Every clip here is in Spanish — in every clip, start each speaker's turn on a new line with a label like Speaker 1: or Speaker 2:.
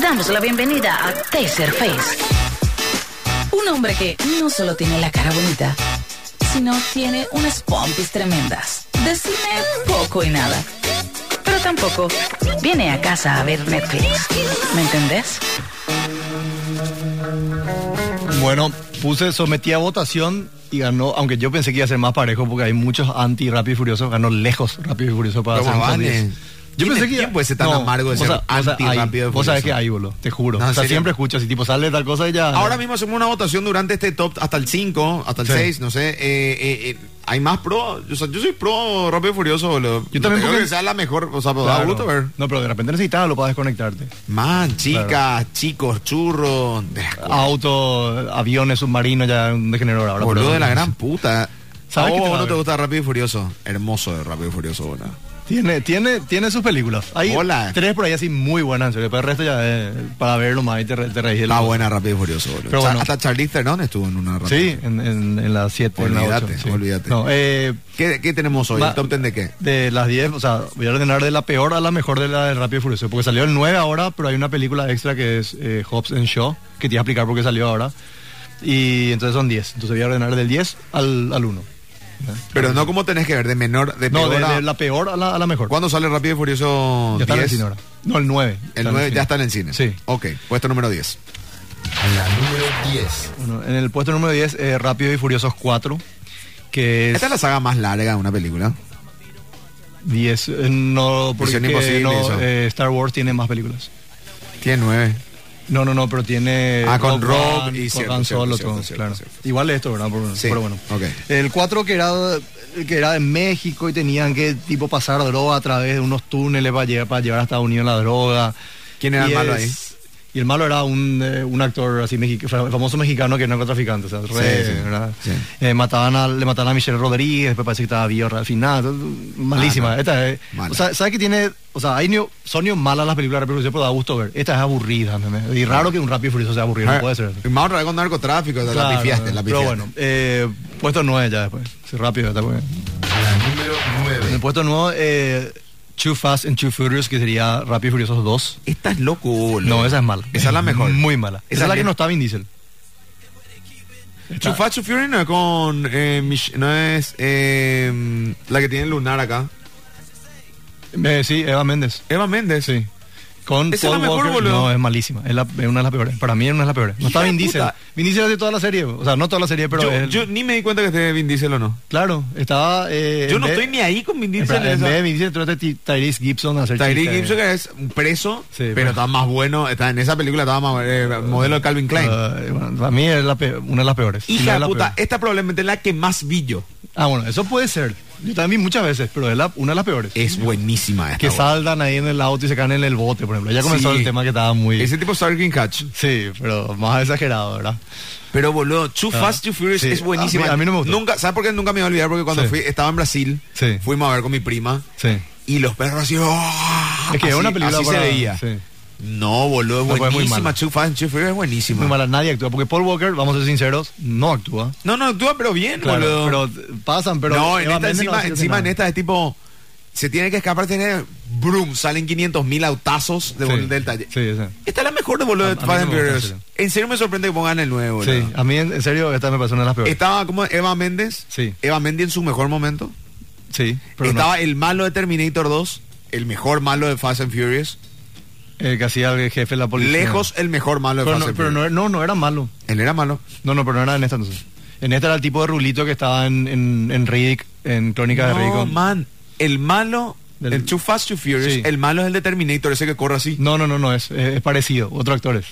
Speaker 1: Damos la bienvenida a Taserface. Un hombre que no solo tiene la cara bonita, sino tiene unas pompis tremendas. Decime poco y nada. Pero tampoco viene a casa a ver Netflix. ¿Me entendés?
Speaker 2: Bueno, puse, sometí a votación y ganó, aunque yo pensé que iba a ser más parejo porque hay muchos anti Rápido y Furioso, ganó lejos Rápido y Furioso para
Speaker 3: ¿Cómo
Speaker 2: hacer un top
Speaker 3: van,
Speaker 2: 10.
Speaker 3: eh?
Speaker 2: Yo
Speaker 3: ¿Quién
Speaker 2: pensé
Speaker 3: es-
Speaker 2: que
Speaker 3: quién puede ser tan amargo de ser anti
Speaker 2: hay-
Speaker 3: Rápido y
Speaker 2: Vos sabés
Speaker 3: Furioso?
Speaker 2: que hay, boludo, te juro.
Speaker 3: No,
Speaker 2: o
Speaker 3: ¿en
Speaker 2: sea,
Speaker 3: serio?
Speaker 2: siempre escucho así, tipo, sale tal cosa y ya.
Speaker 3: Ahora mismo hacemos una votación durante este top hasta el 5, hasta el
Speaker 2: Sí.
Speaker 3: 6, no sé. eh, eh, eh, hay más pro. Yo, soy- yo soy pro Rápido y Furioso, boludo.
Speaker 2: Yo también
Speaker 3: creo
Speaker 2: porque-
Speaker 3: que sea la mejor. O sea, pero da
Speaker 2: Claro.
Speaker 3: gusto ver.
Speaker 2: No, pero de repente necesitas algo para desconectarte.
Speaker 3: Man, chicas,
Speaker 2: Claro. Ah,
Speaker 3: chicos, churros. de la-
Speaker 2: Auto, aviones, submarinos, ya un degeneró ahora.
Speaker 3: boludo
Speaker 2: pero-
Speaker 3: de la gran puta.
Speaker 2: ¿Sabes
Speaker 3: ¿Sabes
Speaker 2: qué te va a
Speaker 3: no te
Speaker 2: ver?
Speaker 3: gusta Rápido y Furioso? Hermoso de Rápido y Furioso, boludo.
Speaker 2: Tiene, tiene, tiene sus películas. Hay
Speaker 3: Hola.
Speaker 2: tres por ahí así muy buenas, en serio. Después el resto ya eh, para verlo más y te, re- te reís de
Speaker 3: Está
Speaker 2: la-
Speaker 3: buena Rápido y Furioso, boludo.
Speaker 2: Pero
Speaker 3: O sea,
Speaker 2: bueno.
Speaker 3: Hasta Charlize Theron estuvo en una Rápido.
Speaker 2: Sí, en, en, en las 7, en la
Speaker 3: Olvídate,
Speaker 2: 8.
Speaker 3: olvídate.
Speaker 2: No, eh,
Speaker 3: ¿Qué, qué tenemos hoy?
Speaker 2: va-
Speaker 3: ¿El top 10 de qué?
Speaker 2: De las 10, o sea, voy a ordenar de la peor a la mejor de la de Rápido y Furioso. Porque salió el 9 ahora, pero hay una película extra que es eh, Hobbs and Shaw, que te voy a explicar por qué salió ahora. Y entonces son 10. Entonces voy a ordenar del 10 al, al 1.
Speaker 3: Pero no como tenés que ver, de menor, de
Speaker 2: No,
Speaker 3: peor
Speaker 2: de,
Speaker 3: a-
Speaker 2: de la peor a la, a la mejor.
Speaker 3: ¿Cuándo sale Rápido y Furioso
Speaker 2: Ya está en el
Speaker 3: 10?
Speaker 2: cine ahora. No, el 9.
Speaker 3: El 9 ya está en el cine.
Speaker 2: Sí.
Speaker 3: Ok, puesto número 10.
Speaker 4: La número 10.
Speaker 2: Bueno, en el puesto número 10, eh, Rápido y Furiosos 4, que es
Speaker 3: Esta es la saga más larga de una película.
Speaker 2: 10. eh, No, porque
Speaker 3: Misión Imposible,
Speaker 2: no,
Speaker 3: eso.
Speaker 2: eh, Star Wars tiene más películas.
Speaker 3: Tiene 9.
Speaker 2: No, no, no, pero tiene.
Speaker 3: Ah, con Rock
Speaker 2: One,
Speaker 3: y
Speaker 2: con
Speaker 3: cierto,
Speaker 2: Han
Speaker 3: cierto,
Speaker 2: Solo,
Speaker 3: cierto,
Speaker 2: con-
Speaker 3: cierto,
Speaker 2: claro.
Speaker 3: cierto.
Speaker 2: Igual esto, ¿verdad? Por-
Speaker 3: Sí,
Speaker 2: Pero bueno.
Speaker 3: ok.
Speaker 2: El 4 que era, que era de México y tenían que tipo pasar droga a través de unos túneles para llegar, para llevar a Estados Unidos la droga.
Speaker 3: ¿Quién era
Speaker 2: Y
Speaker 3: el malo
Speaker 2: es-
Speaker 3: ahí?
Speaker 2: Y el malo era un, eh, un actor así mexica- fa- famoso mexicano que era narcotraficante, o sea, re-
Speaker 3: sí,
Speaker 2: ¿verdad?
Speaker 3: sí.
Speaker 2: Eh, mataban a- le mataban a Michelle Rodríguez, después parece que estaba Biorra al final, entonces, malísima.
Speaker 3: Ah, no.
Speaker 2: Esta es-
Speaker 3: Mala.
Speaker 2: eh. o sea, ¿Sabes que tiene? O sea, hay neo- son neo malas las películas de Rápido y Furioso, pero da gusto ver. Esta es aburrida, meme. Y raro que un Rápido y Furioso sea aburrido, no puede ser.
Speaker 3: Y Más otra vez con narcotráfico, Ah. la
Speaker 2: Claro,
Speaker 3: pifiaste, la
Speaker 2: Pero
Speaker 3: pifiaste.
Speaker 2: bueno, eh, puesto 9 ya después. Sí, rápido, está muy bien.
Speaker 4: La número
Speaker 2: En el
Speaker 4: 9.
Speaker 2: puesto 9, eh, Too Fast and Too Furious, que sería Rápido y Furiosos 2.
Speaker 3: Esta es loco, boludo.
Speaker 2: No, esa es mala.
Speaker 3: Esa es la mejor.
Speaker 2: Muy mala. Esa, es la que
Speaker 3: bien.
Speaker 2: no está Vin Diesel.
Speaker 3: Too Fast, Too Furious no es con... eh, Mich- no es eh, la que tiene el lunar acá.
Speaker 2: Eh, sí, Eva Méndez.
Speaker 3: Eva Méndez.
Speaker 2: Sí. Con
Speaker 3: Esa es
Speaker 2: Paul
Speaker 3: la mejor,
Speaker 2: Walker.
Speaker 3: boludo.
Speaker 2: No, es malísima. Es, la- es una de las peores. Para mí es una de las peores. No está
Speaker 3: Hija de
Speaker 2: Vin Diesel.
Speaker 3: puta.
Speaker 2: Vin Diesel hace toda la serie. O sea, no toda la serie, pero.
Speaker 3: yo,
Speaker 2: él-
Speaker 3: yo ni me di cuenta que esté Vin Diesel o no.
Speaker 2: claro, estaba. eh,
Speaker 3: Yo
Speaker 2: en
Speaker 3: no
Speaker 2: vez-
Speaker 3: estoy ni ahí con Vin Diesel.
Speaker 2: espera, En
Speaker 3: esa-
Speaker 2: vez de Vin Diesel, trata de Ty- Tyrese Gibson a hacer
Speaker 3: Tyreek
Speaker 2: chiste.
Speaker 3: Gibson que es un preso,
Speaker 2: Sí,
Speaker 3: pero,
Speaker 2: pero-
Speaker 3: está más bueno. Está, en esa película estaba más eh, modelo de Calvin Klein.
Speaker 2: Eh, bueno, para mí es la pe- una de las peores. Si no
Speaker 3: Hija
Speaker 2: es
Speaker 3: de
Speaker 2: la
Speaker 3: puta, eh.
Speaker 2: peor.
Speaker 3: esta probablemente es la que más vi yo.
Speaker 2: Ah, bueno, eso puede ser. Yo también vi muchas veces, pero es la- una de las peores.
Speaker 3: Es buenísima esta.
Speaker 2: que
Speaker 3: boludo.
Speaker 2: saldan ahí en el auto y se caen en el bote, por ejemplo. Ya comenzó
Speaker 3: ah, Sí.
Speaker 2: el tema que estaba muy.
Speaker 3: Ese tipo es Sarkin Catch.
Speaker 2: Sí, pero más exagerado, ¿verdad?
Speaker 3: Pero boludo, Too
Speaker 2: Ah,
Speaker 3: Fast, Too Furious
Speaker 2: sí.
Speaker 3: es buenísima.
Speaker 2: A mí- a mí no me gustó.
Speaker 3: Nunca, ¿Sabes por qué nunca me voy a olvidar? Porque cuando
Speaker 2: Sí.
Speaker 3: fui, estaba en Brasil,
Speaker 2: Sí.
Speaker 3: fuimos a ver con mi prima.
Speaker 2: Sí.
Speaker 3: Y los perros así. ¡ah!
Speaker 2: Es que es
Speaker 3: Así-
Speaker 2: una película
Speaker 3: así
Speaker 2: para-
Speaker 3: se veía.
Speaker 2: sí.
Speaker 3: No, boludo, es
Speaker 2: No, pues es muy
Speaker 3: buenísima.
Speaker 2: mala.
Speaker 3: Too Fast, Too Furious es buenísima.
Speaker 2: Muy mala, nadie actúa. Porque Paul Walker, vamos a ser sinceros, no actúa.
Speaker 3: No, no, actúa, pero bien,
Speaker 2: Claro,
Speaker 3: boludo.
Speaker 2: pero eh, pasan, pero.
Speaker 3: no, en
Speaker 2: Eva
Speaker 3: esta
Speaker 2: Mendes no
Speaker 3: encima,
Speaker 2: hace casi
Speaker 3: encima en
Speaker 2: nada.
Speaker 3: esta es tipo. Se tiene que escapar, tiene. Brum, salen 500 mil autazos de,
Speaker 2: Sí,
Speaker 3: bol- del taller.
Speaker 2: Sí, esa.
Speaker 3: Esta es la mejor de boludo
Speaker 2: A-
Speaker 3: de
Speaker 2: a mí
Speaker 3: Fast
Speaker 2: no
Speaker 3: and
Speaker 2: me gusta, en
Speaker 3: Furious.
Speaker 2: serio.
Speaker 3: En serio me sorprende que pongan el nuevo, boludo.
Speaker 2: Sí, a mí en, en serio esta me parece una de las peores.
Speaker 3: Estaba como Eva Méndez.
Speaker 2: Sí.
Speaker 3: Eva Méndez en su mejor momento.
Speaker 2: sí, pero
Speaker 3: Estaba el malo de Terminator 2. El mejor malo de Fast and Furious.
Speaker 2: no. El que hacía Eh, el jefe de la policía.
Speaker 3: Lejos el mejor malo de
Speaker 2: Pero,
Speaker 3: Fast
Speaker 2: no,
Speaker 3: and
Speaker 2: pero
Speaker 3: Furious.
Speaker 2: no, no, no era malo.
Speaker 3: Él era malo.
Speaker 2: No, no, pero no era en esta entonces. En esta era el tipo de rulito que estaba en, en, en Riddick, en Crónicas de Riddick.
Speaker 3: No,
Speaker 2: con-
Speaker 3: man. El malo.
Speaker 2: Del-
Speaker 3: El Too Fast, Too Furious.
Speaker 2: Sí.
Speaker 3: El malo es el de Terminator, ese que corre así.
Speaker 2: No, no, no, no, es, es, es parecido, otro actor es.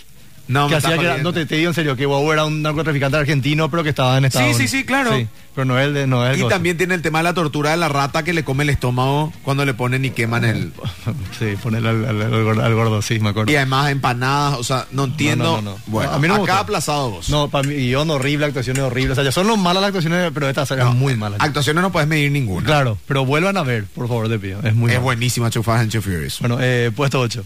Speaker 3: No,
Speaker 2: que
Speaker 3: me estás
Speaker 2: hacía que, era-
Speaker 3: jodiendo.
Speaker 2: no te, te digo en serio, que Wow era un narcotraficante argentino, pero que estaba en Estados
Speaker 3: Sí, sí,
Speaker 2: Unidos.
Speaker 3: sí, claro.
Speaker 2: pero no es el de... No es el
Speaker 3: Y
Speaker 2: coso.
Speaker 3: también tiene el tema de la tortura de la rata que le come el estómago cuando le ponen y queman el...
Speaker 2: sí, ponerle al, al- al gordo, al gordo, sí, me acuerdo.
Speaker 3: Y además empanadas, o sea, no entiendo.
Speaker 2: No, no, no, no.
Speaker 3: Bueno,
Speaker 2: A mí no me
Speaker 3: acá
Speaker 2: gustó.
Speaker 3: aplazado vos.
Speaker 2: No, para mí, guión horrible, actuaciones horribles. O sea, ya son los malas las actuaciones, pero esta saga
Speaker 3: No,
Speaker 2: es muy mala.
Speaker 3: Actuaciones no puedes medir ninguna.
Speaker 2: Claro, pero vuelvan a ver, por favor, te pido. Es muy
Speaker 3: es
Speaker 2: mala.
Speaker 3: buenísima Chufas and Too Furious.
Speaker 2: Bueno, eh, puesto 8.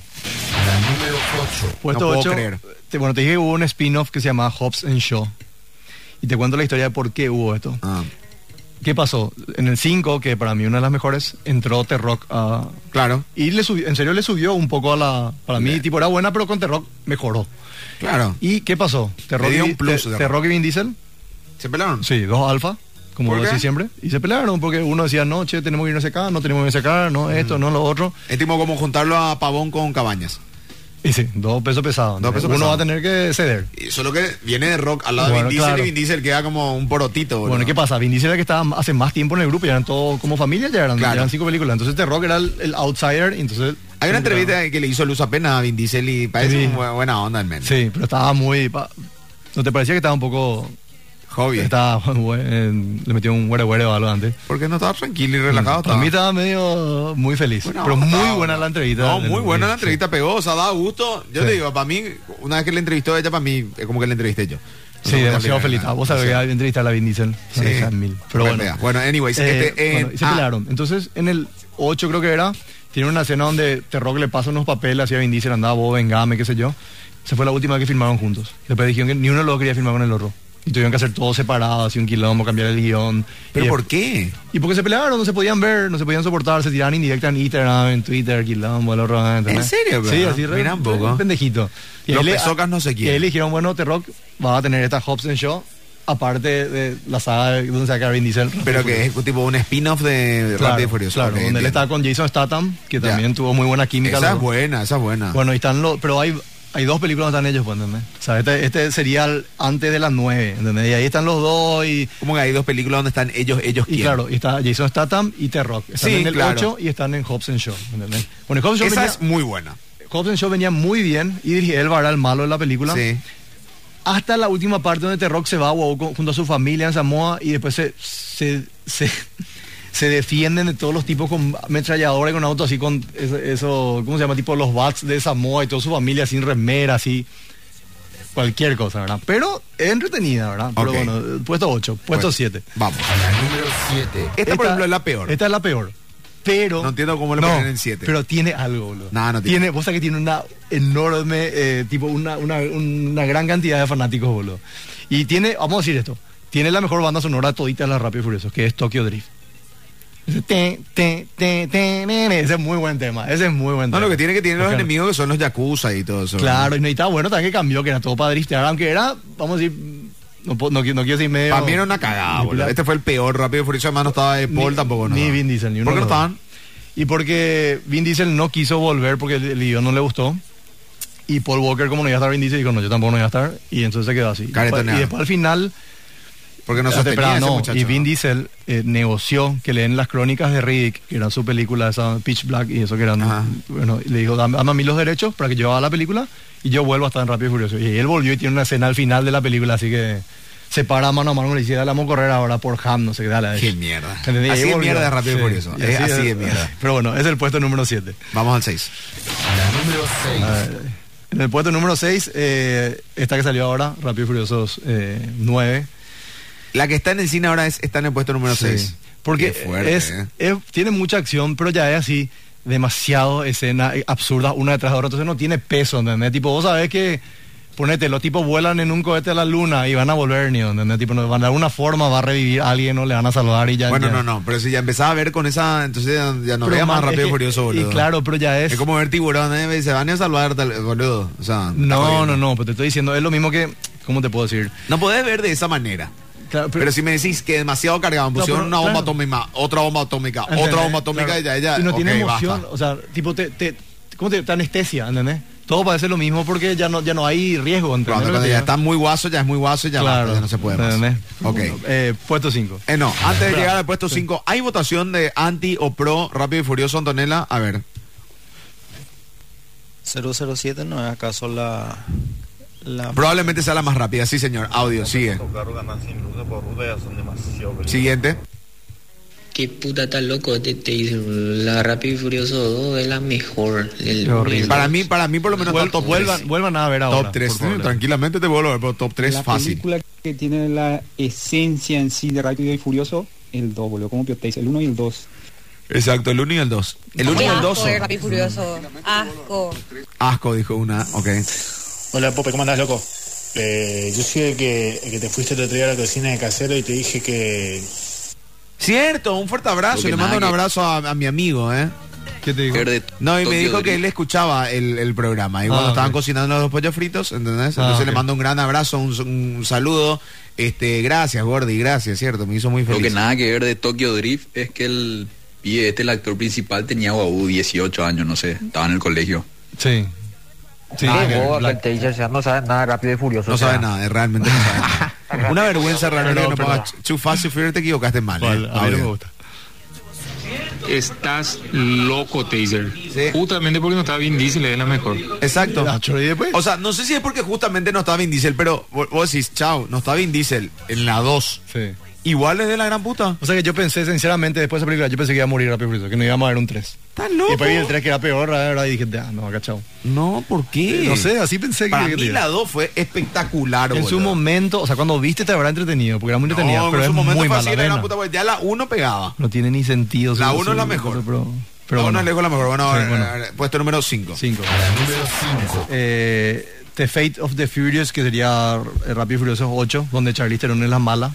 Speaker 4: La número 8.
Speaker 2: Puesto
Speaker 3: No puedo
Speaker 2: 8.
Speaker 3: creer.
Speaker 2: Te, bueno, te dije que hubo un spin-off que se llamaba Hobbs and Shaw. Y te cuento la historia de por qué hubo esto.
Speaker 3: Ah,
Speaker 2: ¿Qué pasó? En el 5, que para mí una de las mejores, entró T-Rock a...
Speaker 3: Claro,
Speaker 2: Y le subió- en serio le subió un poco a la... Para mí, tipo, era buena, pero con T-Rock mejoró.
Speaker 3: claro.
Speaker 2: ¿Y qué pasó? T-Rock
Speaker 3: dio
Speaker 2: y-
Speaker 3: un plus,
Speaker 2: T-
Speaker 3: de
Speaker 2: T-Rock y Vin Diesel,
Speaker 3: ¿Se pelaron?
Speaker 2: sí, dos alfa, como
Speaker 3: ¿Por qué?
Speaker 2: decís siempre. Y se pelearon porque uno decía, no, che, tenemos que irnos acá, no tenemos que irnos acá, no esto, no lo otro.
Speaker 3: Es tipo como juntarlo a Pavón con Cabañas.
Speaker 2: Y sí, dos pesos pesados.
Speaker 3: Dos pesos
Speaker 2: uno
Speaker 3: pesados.
Speaker 2: va a tener que ceder.
Speaker 3: Y Solo que viene de rock al lado
Speaker 2: Bueno,
Speaker 3: de Vin Diesel
Speaker 2: claro.
Speaker 3: y Vin Diesel queda como un porotito. boludo.
Speaker 2: Bueno, ¿qué pasa? Vin Diesel era el que estaba hace más tiempo en el grupo, ya eran todos como familia, ya eran,
Speaker 3: Claro.
Speaker 2: ya eran cinco películas. Entonces The Rock era el, el outsider, y entonces...
Speaker 3: Hay una entrevista que le hizo Luz apenas a Vin Diesel y parece
Speaker 2: Sí.
Speaker 3: un bu- buena onda el men.
Speaker 2: Sí, pero estaba muy... pa- ¿No te parecía que estaba un poco...
Speaker 3: Hobby.
Speaker 2: Estaba, en- le metió un huere huere o algo antes?
Speaker 3: Porque no estaba tranquilo y relajado.
Speaker 2: Para
Speaker 3: estaba.
Speaker 2: mí estaba medio muy feliz,
Speaker 3: Buena
Speaker 2: pero
Speaker 3: onda,
Speaker 2: muy
Speaker 3: estaba,
Speaker 2: buena la entrevista.
Speaker 3: No,
Speaker 2: del-
Speaker 3: muy buena la
Speaker 2: sí.
Speaker 3: entrevista, pegó, o sea, da gusto. Yo
Speaker 2: Sí.
Speaker 3: te digo, para mí, una vez que le entrevistó ella, para mí, es como que le entrevisté yo. No
Speaker 2: Sí,
Speaker 3: sé cómo
Speaker 2: demasiado
Speaker 3: explicar,
Speaker 2: feliz.
Speaker 3: ¿verdad?
Speaker 2: Ah, Vos sabés
Speaker 3: Sí.
Speaker 2: que había entrevista a la Vin Diesel.
Speaker 3: Sí.
Speaker 2: No le dejan mil. Pero
Speaker 3: Bueno,
Speaker 2: bueno.
Speaker 3: ya. Bueno, anyways, este, eh,
Speaker 2: bueno, y se
Speaker 3: ah.
Speaker 2: pelearon. Entonces, en el 8 creo que era, tiene una escena donde Terrock le pasa unos papeles hacia Vin Diesel, andaba vos, vengame, qué sé yo. Se fue la última que firmaron juntos. Después dijeron que ni uno lo quería firmar con el otro. Y tuvieron que hacer todo separado, así un quilombo, cambiar el guión.
Speaker 3: ¿Pero
Speaker 2: y,
Speaker 3: por qué?
Speaker 2: Y porque se pelearon, no se podían ver, no se podían soportar, se tiraban indirecta en Instagram, en Twitter, quilombo, el otro. ¿entendés?
Speaker 3: ¿En serio, bro?
Speaker 2: Sí, así re-
Speaker 3: Mira un poco.
Speaker 2: pendejito.
Speaker 3: Los
Speaker 2: ahí le-
Speaker 3: pesocas no
Speaker 2: y
Speaker 3: se
Speaker 2: ahí
Speaker 3: quieren.
Speaker 2: le dijeron, bueno, Terrock va a tener esta Hobson Show, aparte de la saga de- donde saca Vin Diesel.
Speaker 3: Pero que es tipo un spin-off de
Speaker 2: Claro,
Speaker 3: Rápido y Furioso.
Speaker 2: Claro,
Speaker 3: ok,
Speaker 2: donde él
Speaker 3: entiendo.
Speaker 2: estaba con Jason Statham, que
Speaker 3: Ya.
Speaker 2: también tuvo muy buena química.
Speaker 3: Esa
Speaker 2: los
Speaker 3: es
Speaker 2: dos.
Speaker 3: buena, esa es buena.
Speaker 2: Bueno, y están los. Pero hay, hay dos películas donde están ellos, pues, ¿entendés? O sea, este, este sería el antes de las nueve, ¿entendés? Y ahí están los dos y.
Speaker 3: Como que hay dos películas donde están ellos, ellos
Speaker 2: Y
Speaker 3: quieren.
Speaker 2: claro, y está Jason Statham y T-Rock. Están
Speaker 3: Sí,
Speaker 2: en el
Speaker 3: claro.
Speaker 2: 8 y están en Hobbs and Shaw. ¿entendés? Bueno, y Hobbs and Shaw
Speaker 3: Esa
Speaker 2: venía,
Speaker 3: es muy buena.
Speaker 2: Hobbs and Shaw venía muy bien. Idris Elba era el malo de la película.
Speaker 3: Sí.
Speaker 2: Hasta la última parte donde T-Rock se va a Wow con- junto a su familia en Samoa y después se, se, se, se defienden de todos los tipos con ametralladora y con autos así con eso, eso, ¿cómo se llama? Tipo los bats de Samoa y toda su familia sin remera, así. Cualquier cosa, ¿verdad? Pero entretenida, ¿verdad? Pero
Speaker 3: Ok.
Speaker 2: bueno, eh, puesto 8, puesto
Speaker 3: Bueno,
Speaker 2: 7.
Speaker 3: Vamos.
Speaker 4: a la número 7,
Speaker 3: Esta, por ejemplo, es la peor.
Speaker 2: Esta es la peor. Pero.
Speaker 3: No entiendo cómo le
Speaker 2: No,
Speaker 3: ponen en siete.
Speaker 2: Pero tiene algo, boludo.
Speaker 3: No, no tiene.
Speaker 2: tiene. Vos sabés que tiene una enorme, eh, tipo, una, una, una gran cantidad de fanáticos, boludo. Y tiene, vamos a decir esto: tiene la mejor banda sonora de todita de las Rápido y Furiosos, que es Tokyo Drift. Ese, te, te, te, te, ne, ne, ese es muy buen tema. Ese es muy buen
Speaker 3: No,
Speaker 2: tema.
Speaker 3: lo que tiene que tienen los
Speaker 2: Porque-
Speaker 3: enemigos que son los Yakuza y todo eso.
Speaker 2: Claro, y necesitaba, bueno, también que cambió, que era todo para driftear, aunque era, vamos a decir, no, puedo- no, quiero- no quiero decir medio.
Speaker 3: Para mí era una cagada, boludo. Este fue el peor Rápido y Furioso. Además, no estaba de Paul
Speaker 2: ni,
Speaker 3: tampoco. No
Speaker 2: Ni
Speaker 3: estaba.
Speaker 2: Vin Diesel, ni uno.
Speaker 3: ¿Por qué no
Speaker 2: de los dos.
Speaker 3: estaban?
Speaker 2: Y porque Vin Diesel no quiso volver porque el, el guión no le gustó. Y Paul Walker, como no iba a estar Vin Diesel, dijo, no, yo tampoco no iba a estar. Y entonces se quedó así. Y después,
Speaker 3: Caretoneado.
Speaker 2: y después al final,
Speaker 3: Porque no
Speaker 2: la
Speaker 3: se
Speaker 2: temporada
Speaker 3: ese
Speaker 2: Este, no,
Speaker 3: muchacho.
Speaker 2: y Vin
Speaker 3: ¿no?
Speaker 2: Diesel eh, negoció que le den las crónicas de Riddick, que eran su película, esa Pitch Black y eso que eran.
Speaker 3: Ajá.
Speaker 2: Bueno, y le dijo, dame, dame a mí los derechos para que yo haga la película y yo vuelvo a estar en Rápido y Furioso. Y él volvió y tiene una escena al final de la película, así que se para mano a mano y le dice, dale, vamos a correr ahora por Ham, no sé qué, dale.
Speaker 3: Qué mierda.
Speaker 2: ¿Entendés? Y
Speaker 3: Así
Speaker 2: ahí
Speaker 3: de
Speaker 2: volvió.
Speaker 3: mierda es Rápido y
Speaker 2: Sí.
Speaker 3: Furioso.
Speaker 2: Y
Speaker 3: Es así de mierda.
Speaker 2: Pero bueno, es el puesto número 7.
Speaker 3: Vamos al 6.
Speaker 4: la número 6,
Speaker 2: En el puesto número 6, esta que salió ahora, Rápido y eh, Furiosos 9.
Speaker 3: La que está en el cine ahora es, está en el puesto número 6.
Speaker 2: Porque
Speaker 3: fuerte,
Speaker 2: es,
Speaker 3: eh.
Speaker 2: es- tiene mucha acción, pero ya es así, demasiado escena eh, absurda una detrás de otra. Entonces no tiene peso, ¿entendés? Tipo, vos sabés que, ponete, los tipos vuelan en un cohete a la luna y van a volver, ¿no? ¿entendés? Tipo, no, de alguna forma va a revivir a alguien o le van a saludar y ya.
Speaker 3: Bueno,
Speaker 2: ya.
Speaker 3: no, no. Pero si ya empezaba a ver con esa, entonces ya, ya no
Speaker 2: Pero,
Speaker 3: veía más
Speaker 2: man, es
Speaker 3: Rápido y
Speaker 2: que-
Speaker 3: Furioso, boludo.
Speaker 2: Y claro, pero ya
Speaker 3: Es como ver tiburón, ¿eh? Se van a salvar, tal- boludo. O sea, me está
Speaker 2: No,
Speaker 3: jodiendo.
Speaker 2: no, no, pero te estoy diciendo, es lo mismo que, ¿cómo te puedo decir?
Speaker 3: No podés ver de esa manera.
Speaker 2: Claro,
Speaker 3: Pero, si me decís que demasiado cargado, me
Speaker 2: No,
Speaker 3: pusieron
Speaker 2: pero,
Speaker 3: una bomba
Speaker 2: claro.
Speaker 3: atómica, otra bomba atómica,
Speaker 2: ¿entendés?
Speaker 3: otra bomba atómica
Speaker 2: Claro.
Speaker 3: y ya, ya.
Speaker 2: Y no tiene
Speaker 3: ok,
Speaker 2: emoción,
Speaker 3: basta.
Speaker 2: o sea, tipo, te, te, ¿cómo te, te anestesia, ¿entendés? Todo parece lo mismo porque ya no, ya no hay riesgo, ¿entendés?
Speaker 3: Cuando,
Speaker 2: lo que
Speaker 3: cuando
Speaker 2: te
Speaker 3: ya
Speaker 2: digo?
Speaker 3: está muy guaso, ya es muy guaso, ya, basta,
Speaker 2: Claro.
Speaker 3: ya no se puede más.
Speaker 2: ¿entendés?
Speaker 3: Ok.
Speaker 2: Eh, puesto 5.
Speaker 3: Eh, no, antes de llegar al puesto 5, ¿hay votación de anti o pro Rápido y Furioso, Antonella? A ver.
Speaker 5: 007 no es acaso la... la
Speaker 3: Probablemente sea la más rápida, sí señor. Audio, sigue.
Speaker 6: Carro ganancia incluso por ruta ya son demasiado peligrosos.
Speaker 3: Siguiente.
Speaker 7: Qué puta tan loco, te, te dice, la Rápido y Furioso 2 es la mejor. El,
Speaker 2: Qué horrible.
Speaker 3: Para mí, para mí por lo menos está
Speaker 2: Vuel-
Speaker 3: el top
Speaker 2: vuelvan,
Speaker 3: 3.
Speaker 2: vuelvan a ver ahora.
Speaker 3: top 3,
Speaker 2: por favor.
Speaker 3: tranquilamente te vuelvo a ver, pero top 3
Speaker 8: la
Speaker 3: fácil.
Speaker 8: película que tiene la esencia en sí de Rápido y Furioso, el 2, boludo, como piotéis, el 1 y el 2.
Speaker 3: Exacto, el 1 y el 2. El 1 y
Speaker 9: Qué
Speaker 3: el
Speaker 9: asco
Speaker 3: 2.
Speaker 9: ver Rápido y Furioso. Asco.
Speaker 3: Asco, dijo una. Ok.
Speaker 10: Hola Pope, ¿cómo andás, loco? Eh, yo soy el que, el que te fuiste el otro día a la cocina de casero y te dije que,
Speaker 3: Cierto, un fuerte abrazo.
Speaker 11: Creo que
Speaker 3: Le mando un
Speaker 11: nada que-
Speaker 3: abrazo a, a mi amigo, ¿eh?
Speaker 2: ¿Qué te dijo?
Speaker 11: Verde
Speaker 3: No, y me
Speaker 11: Tokio
Speaker 3: dijo que
Speaker 11: Drift.
Speaker 3: él escuchaba el, el programa. Y cuando
Speaker 2: Ah,
Speaker 3: estaban
Speaker 2: ok.
Speaker 3: cocinando los pollos fritos, ¿entendés?
Speaker 2: Ah,
Speaker 3: Entonces le
Speaker 2: ok.
Speaker 3: mando un gran abrazo, un, un saludo. Este, gracias, Gordy, gracias, cierto. Me hizo muy
Speaker 11: Lo
Speaker 3: feliz.
Speaker 11: que nada que ver de Tokyo Drift es que el pibe este, el actor principal, tenía guau, 18 años, no sé, estaba en el colegio.
Speaker 2: Sí. Sí,
Speaker 12: Ah,
Speaker 2: el Black-
Speaker 12: no sabe nada rápido y furioso.
Speaker 3: No sabe nada, eh, realmente no sabe nada. Una vergüenza realmente que no pongas Too Fast, Too Furious, te equivocaste mal. eh,
Speaker 2: Vale, a mí no me
Speaker 3: audio.
Speaker 2: gusta.
Speaker 13: Estás loco, Taser. Justamente porque no está bien Diesel, es la mejor.
Speaker 3: Exacto.
Speaker 2: Nacho, Ah, y después-
Speaker 3: O sea, no sé si es porque justamente no está Vin Diesel, pero vos vos decís, chao, no está Vin Diesel en la 2.
Speaker 2: Sí.
Speaker 3: Igual es de la gran puta.
Speaker 2: O sea que yo pensé, sinceramente, después de esa película, yo pensé que iba a morir Rápido y Furioso, que no íbamos a ver un 3.
Speaker 3: Está
Speaker 2: Y
Speaker 3: loco.
Speaker 2: después vi el 3 que era peor, la verdad, y dije, ah, no, acá chao.
Speaker 3: Eh, No, ¿por qué?
Speaker 2: No sé, así pensé que...
Speaker 3: Para
Speaker 2: que-
Speaker 3: mí la 2 fue espectacular,
Speaker 2: en su
Speaker 3: boludo.
Speaker 2: momento, o sea, cuando viste te habrá entretenido, porque era muy entretenida,
Speaker 3: No,
Speaker 2: pero
Speaker 3: en
Speaker 2: es
Speaker 3: su momento
Speaker 2: muy
Speaker 3: fue así,
Speaker 2: mala
Speaker 3: era la
Speaker 2: vena.
Speaker 3: gran puta, porque ya la 1 pegaba.
Speaker 2: No tiene ni sentido.
Speaker 3: La
Speaker 2: sí,
Speaker 3: uno
Speaker 2: sí,
Speaker 3: es la
Speaker 2: sí,
Speaker 3: mejor.
Speaker 2: Pero, pero
Speaker 3: la 1
Speaker 2: bueno,
Speaker 3: es lejos la mejor. Bueno,
Speaker 2: Sí,
Speaker 3: eh,
Speaker 2: bueno.
Speaker 3: eh, puesto número 5.
Speaker 2: cinco.
Speaker 4: número 5.
Speaker 2: Eh, the Fate of the Furious, que sería eh, Rápido y Furioso 8, donde Charlize Theron es la mala.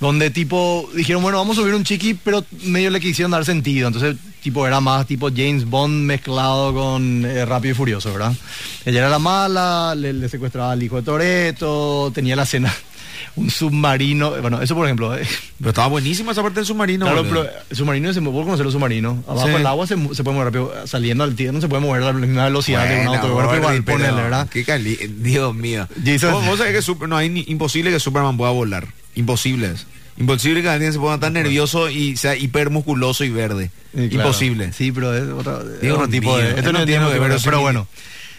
Speaker 2: Donde tipo dijeron, bueno, vamos a subir un chiqui, pero medio le quisieron dar sentido. Entonces, tipo, era más tipo James Bond mezclado con eh, Rápido y Furioso, ¿verdad? Ella era la mala, le, le secuestraba al hijo de Toreto, tenía la cena, un submarino. Bueno, eso por ejemplo. eh.
Speaker 3: Pero estaba buenísima esa parte del submarino.
Speaker 2: Claro,
Speaker 3: boludo.
Speaker 2: pero el submarino se mueve, vos conocés los submarinos. Abajo
Speaker 3: Sí.
Speaker 2: del agua se, mu- se puede mover rápido. Saliendo al tierno se puede mover a la misma velocidad de un
Speaker 3: Buena,
Speaker 2: auto. pero bueno,
Speaker 3: Gordy,
Speaker 2: igual,
Speaker 3: pero
Speaker 2: ponele, ¿verdad?
Speaker 3: Qué cali... Dios mío.
Speaker 2: Jason-
Speaker 3: Vos, vos sabés que Super- no, hay ni- imposible que Superman pueda volar. Imposible es. Imposible que alguien se ponga tan nervioso y sea hipermusculoso y verde.
Speaker 2: Sí, Eh, claro.
Speaker 3: Imposible.
Speaker 2: Sí, pero es otro, es
Speaker 3: Dios
Speaker 2: otro tipo de.
Speaker 3: mío,
Speaker 2: Esto
Speaker 3: no
Speaker 2: no es tiempo
Speaker 3: entiendo de
Speaker 2: que ver,
Speaker 3: verosimilitud.
Speaker 2: pero bueno.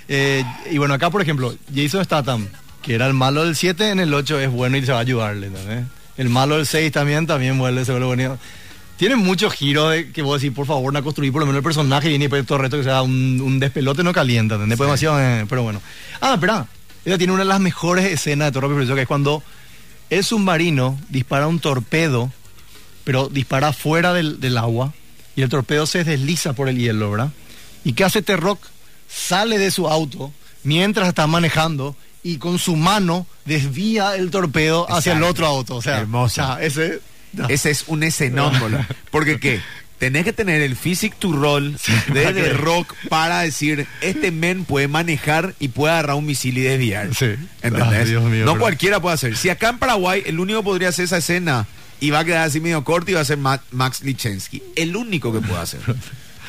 Speaker 2: Eh, y bueno, acá por ejemplo, Jason Statham, que era el malo del 7, en el 8 es bueno y se va a ayudarle también. El malo del 6 también, también vuelve, se vuelve bonito. Tiene muchos giros de que vos decís, por favor, no construir por lo menos el personaje y ni después todo el resto que sea un, un despelote no calienta, ¿entendés? Pues demasiado, eh, pero bueno. Ah, espera. Ella tiene una de las mejores escenas de todo Rápido y Furioso, que es cuando el submarino dispara un torpedo pero dispara fuera del, del agua y el torpedo se desliza por el hielo, ¿verdad? ¿Y qué hace T-Rock? Sale de su auto mientras está manejando y con su mano desvía el torpedo hacia el
Speaker 3: Exacto.
Speaker 2: otro auto. O sea,
Speaker 3: Hermoso.
Speaker 2: o sea, ese... no.
Speaker 3: Ese es un escenómbolo. Porque qué? Tenés que tener el physic to roll de The Rock para decir, este men puede manejar y puede agarrar un misil y desviar.
Speaker 2: Sí.
Speaker 3: ¿Entendés?
Speaker 2: Ah, Dios mío,
Speaker 3: no
Speaker 2: pero-
Speaker 3: cualquiera puede hacer. Si acá en Paraguay el único podría hacer esa escena y va a quedar así medio corto y va a ser Ma- Max Lichensky. El único que puede hacer.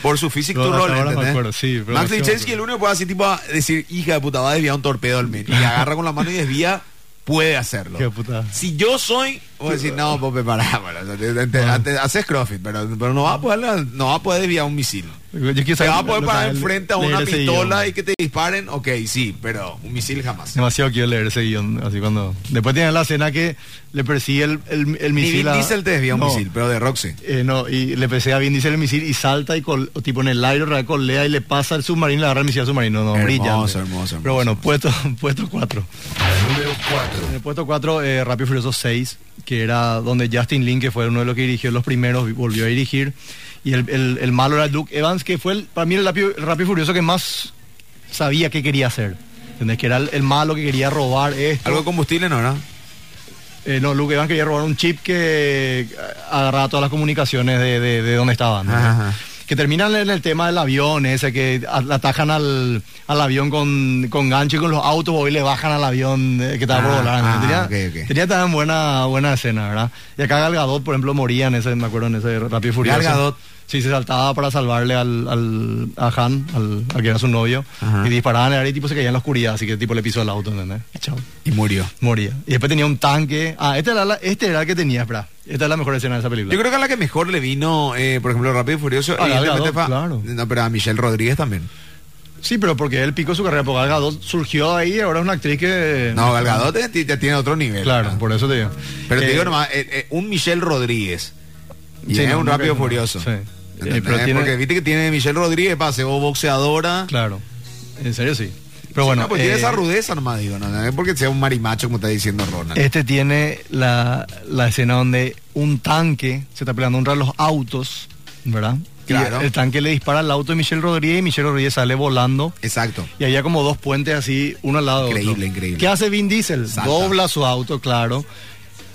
Speaker 3: Por su physic
Speaker 2: No,
Speaker 3: to
Speaker 2: hasta
Speaker 3: roll,
Speaker 2: ahora me
Speaker 3: ¿entendés?
Speaker 2: acuerdo, sí, pero
Speaker 3: Max
Speaker 2: no sé,
Speaker 3: Lichensky
Speaker 2: pero-
Speaker 3: el único que puede así tipo a decir, hija de puta, va a desviar un torpedo al men. Y agarra con la mano y desvía, puede hacerlo.
Speaker 2: Qué puta.
Speaker 3: Si yo soy, voy a decir, no, Pope, pará, pará, o sea, te- te- te-
Speaker 2: Ah.
Speaker 3: te- haces CrossFit, pero, pero no vas a poder, no vas a poder desviar un misil.
Speaker 2: Yo quiero
Speaker 3: Te
Speaker 2: saber
Speaker 3: vas a poder
Speaker 2: lo-
Speaker 3: parar
Speaker 2: lo-
Speaker 3: enfrente a
Speaker 2: leer
Speaker 3: una
Speaker 2: ese
Speaker 3: pistola
Speaker 2: guión.
Speaker 3: y que te disparen, ok, sí, pero un misil jamás.
Speaker 2: Demasiado quiero leer ese guión, así cuando... Después tiene la escena que le persigue el, el, el
Speaker 3: Ni
Speaker 2: misil
Speaker 3: Vin
Speaker 2: a-
Speaker 3: Diesel te desvía un
Speaker 2: No.
Speaker 3: misil, pero de Roxy.
Speaker 2: Eh, no, y le pese a Vin Diesel el misil y salta y col- o tipo en el aire re- colea y le pasa al submarino y le agarra el misil al submarino. No,
Speaker 3: Hermoso,
Speaker 2: brillante.
Speaker 3: hermoso, hermoso,
Speaker 2: Pero bueno, puesto, puesto 4.
Speaker 4: Número 4.
Speaker 2: En el puesto 4, eh, Rápido y Furioso 6, que era donde Justin Lin, que fue uno de los que dirigió los primeros, volvió a dirigir. Y el, el- el malo era Luke Evans, que fue el- para mí el Rápido, el Rápido y Furioso que más sabía qué quería hacer. ¿Entendés? Que era el, el malo que quería robar esto.
Speaker 3: Algo de combustible, ¿no? ¿verdad?
Speaker 2: Eh, no, Luke Evans quería robar un chip que agarraba todas las comunicaciones de, de- de donde estaban. ¿no?
Speaker 3: Ajá, ajá.
Speaker 2: Que terminan en el tema del avión, ese que a- atajan al, al avión con, con gancho y con los autos, hoy le bajan al avión eh, que estaba por
Speaker 3: Ah,
Speaker 2: volar. ¿no?
Speaker 3: ah,
Speaker 2: tenía,
Speaker 3: ok, ok.
Speaker 2: tenía también buena, buena escena, ¿verdad? Y acá Gal Gadot, por ejemplo, moría en ese, me acuerdo, en ese Rápido y Furioso.
Speaker 3: Gal Gadot.
Speaker 2: Sí, se saltaba para salvarle al, al- a Han, al, al que era su novio,
Speaker 3: Ajá.
Speaker 2: y disparaban en el aire y tipo se caía en la oscuridad, así que tipo le pisó el auto, ¿entendés? Y Chao
Speaker 3: Y murió.
Speaker 2: moría. Y después tenía un tanque. Ah, este era, la, este era el que tenía, espera. Esta es la mejor escena de esa película.
Speaker 3: Yo creo que a la que mejor le vino, eh, por ejemplo, Rápido y Furioso,
Speaker 2: A la Gal Gadot,
Speaker 3: evidentemente fue a-
Speaker 2: Ah, claro.
Speaker 3: no, pero a Michelle Rodríguez también.
Speaker 2: Sí, pero porque él picó su carrera, porque Gal Gadot surgió ahí y ahora es una actriz que...
Speaker 3: No, Galgadot ya tiene otro nivel.
Speaker 2: Claro,
Speaker 3: ¿verdad?
Speaker 2: por eso te digo.
Speaker 3: ah. Pero te
Speaker 2: Eh,
Speaker 3: digo nomás, eh, eh, un Michelle Rodríguez. Y
Speaker 2: Sí,
Speaker 3: es
Speaker 2: no,
Speaker 3: un
Speaker 2: no creo,
Speaker 3: rápido
Speaker 2: no.
Speaker 3: furioso.
Speaker 2: Sí. Eh,
Speaker 3: ¿Entendés?
Speaker 2: pero tiene-
Speaker 3: Porque viste que tiene Michelle Rodríguez, pase, o boxeadora.
Speaker 2: Claro. En serio, sí. Pero bueno...
Speaker 3: No, pues tiene
Speaker 2: eh,
Speaker 3: esa rudeza nomás, digo, no, no es porque sea un marimacho como está diciendo Ronald.
Speaker 2: Este tiene la, la escena donde un tanque se está peleando contra los autos, ¿verdad? Y
Speaker 3: Claro.
Speaker 2: el tanque le dispara al auto de Michelle Rodríguez y Michelle Rodríguez sale volando.
Speaker 3: Exacto.
Speaker 2: Y había como dos puentes así, uno al lado del
Speaker 3: Increíble,
Speaker 2: otro.
Speaker 3: increíble.
Speaker 2: ¿Qué hace Vin Diesel?
Speaker 3: Salta.
Speaker 2: Dobla su auto, claro.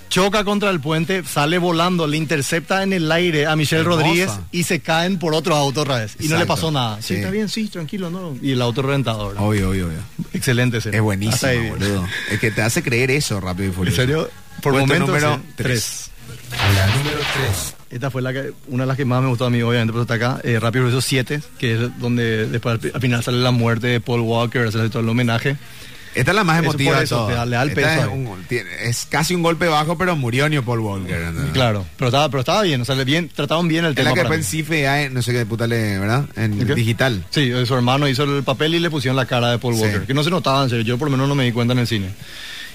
Speaker 2: choca contra el puente, sale volando, le intercepta en el aire a Michelle
Speaker 3: Hermosa.
Speaker 2: Rodríguez y se caen por otro auto otra vez. Y no le
Speaker 3: Exacto.
Speaker 2: pasó nada.
Speaker 3: Sí.
Speaker 2: Sí, está bien, sí, tranquilo, no. Y el auto reventador.
Speaker 3: Obvio, obvio, obvio.
Speaker 2: Excelente escena.
Speaker 3: Es
Speaker 2: Hasta ahí
Speaker 3: buenísimo,
Speaker 2: bien.
Speaker 3: boludo. Es que te hace creer eso, Rápido y Furioso.
Speaker 2: ¿En serio? Por
Speaker 3: Puesto
Speaker 2: momentos,
Speaker 3: número
Speaker 2: sí.
Speaker 3: 3.
Speaker 2: La número 3. Esta fue la que, una de las que más me gustó a mí, obviamente, pero está acá. Eh, Rápido y Furioso 7, que es donde después al, pi- al final sale la muerte de Paul Walker, sale todo el homenaje.
Speaker 3: Esta es la más
Speaker 2: Eso
Speaker 3: emotiva
Speaker 2: por
Speaker 3: de
Speaker 2: eso,
Speaker 3: todas.
Speaker 2: te da- le da el
Speaker 3: Esta
Speaker 2: peso
Speaker 3: Es,
Speaker 2: ahí.
Speaker 3: un gol- tiene- es casi un golpe bajo, pero murió Neil Paul Walker. ¿entendés?
Speaker 2: Claro, pero estaba, pero estaba bien, o sea, le- bien, trataron bien el
Speaker 3: Es
Speaker 2: tema.
Speaker 3: la que
Speaker 2: para
Speaker 3: fue
Speaker 2: mí.
Speaker 3: en CIFE, ya en- no sé qué puta le, ¿verdad? En
Speaker 2: ¿Qué?
Speaker 3: digital.
Speaker 2: Sí, eh, su hermano hizo el papel y le pusieron la cara de Paul
Speaker 3: Sí.
Speaker 2: Walker, que no se notaba, en serio, yo por lo menos no me di cuenta en el cine.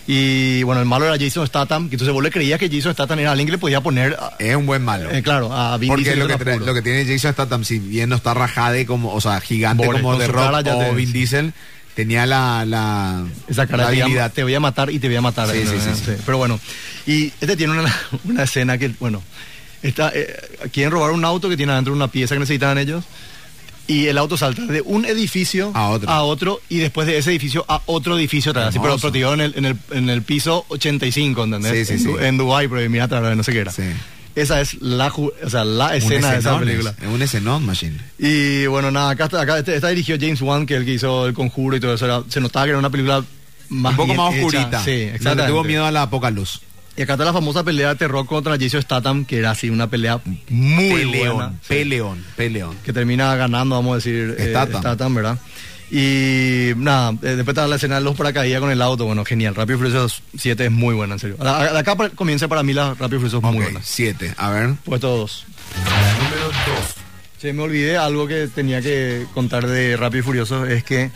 Speaker 2: Y bueno, el malo era Jason Statham, que entonces vos le creías que Jason Statham era alguien que le podía poner, a-
Speaker 3: Es un buen malo.
Speaker 2: eh, claro, a Vin
Speaker 3: Porque
Speaker 2: Diesel
Speaker 3: lo
Speaker 2: en
Speaker 3: que,
Speaker 2: un
Speaker 3: tra-
Speaker 2: apuro.
Speaker 3: lo que tiene Jason Statham, si bien no está rajade como, o sea, gigante
Speaker 2: Bole,
Speaker 3: como
Speaker 2: con
Speaker 3: de
Speaker 2: su
Speaker 3: Rock
Speaker 2: cara ya
Speaker 3: o
Speaker 2: te-
Speaker 3: Vin Diesel, tenía la, la,
Speaker 2: Esa cara
Speaker 3: la
Speaker 2: te voy a-
Speaker 3: habilidad.
Speaker 2: te voy a matar y te voy a matar.
Speaker 3: Sí,
Speaker 2: ¿no?
Speaker 3: sí, sí, sí.
Speaker 2: Pero bueno, y este tiene una, una escena que, bueno, está, eh, quieren robar un auto que tiene adentro una pieza que necesitan ellos. Y el auto salta de un edificio
Speaker 3: A otro.
Speaker 2: y después de ese edificio a otro edificio otra vez. Sí, pero
Speaker 3: Hermoso.
Speaker 2: protegido en el, en, el, en el piso 85, ¿entendés?
Speaker 3: Sí, sí,
Speaker 2: en, Du-
Speaker 3: sí.
Speaker 2: en Dubái, pero mira, otra vez, no sé qué era. Esa es la, ju- o sea, la escena de esa
Speaker 3: escenón,
Speaker 2: película.
Speaker 3: Es un escenón, machine.
Speaker 2: Y bueno, nada, acá está, acá está, está dirigido James Wan, que el que hizo El Conjuro y todo eso. Era- se notaba que era una película más
Speaker 3: un poco
Speaker 2: bien
Speaker 3: más
Speaker 2: hecha.
Speaker 3: oscurita.
Speaker 2: Sí,
Speaker 3: No le
Speaker 2: exactamente.
Speaker 3: tuvo miedo a la poca luz.
Speaker 2: Y acá está la famosa pelea de terror contra Jason Statham, que era así una pelea muy
Speaker 3: peleón,
Speaker 2: buena. sí,
Speaker 3: peleón, peleón.
Speaker 2: que termina ganando, vamos a decir, eh,
Speaker 3: Statham.
Speaker 2: Statham, ¿verdad? Y nada, eh, después está la escena de los paracaídas con el auto. Bueno, genial. Rápido y Furioso 7 es muy buena, en serio. La- la- acá pa- comienza para mí la Rápido y Furioso muy
Speaker 3: Ok,
Speaker 2: buena.
Speaker 3: siete. A ver.
Speaker 2: Puesto 2.
Speaker 4: número 2.
Speaker 2: Se me olvidé algo que tenía que contar de Rápido y Furioso, es que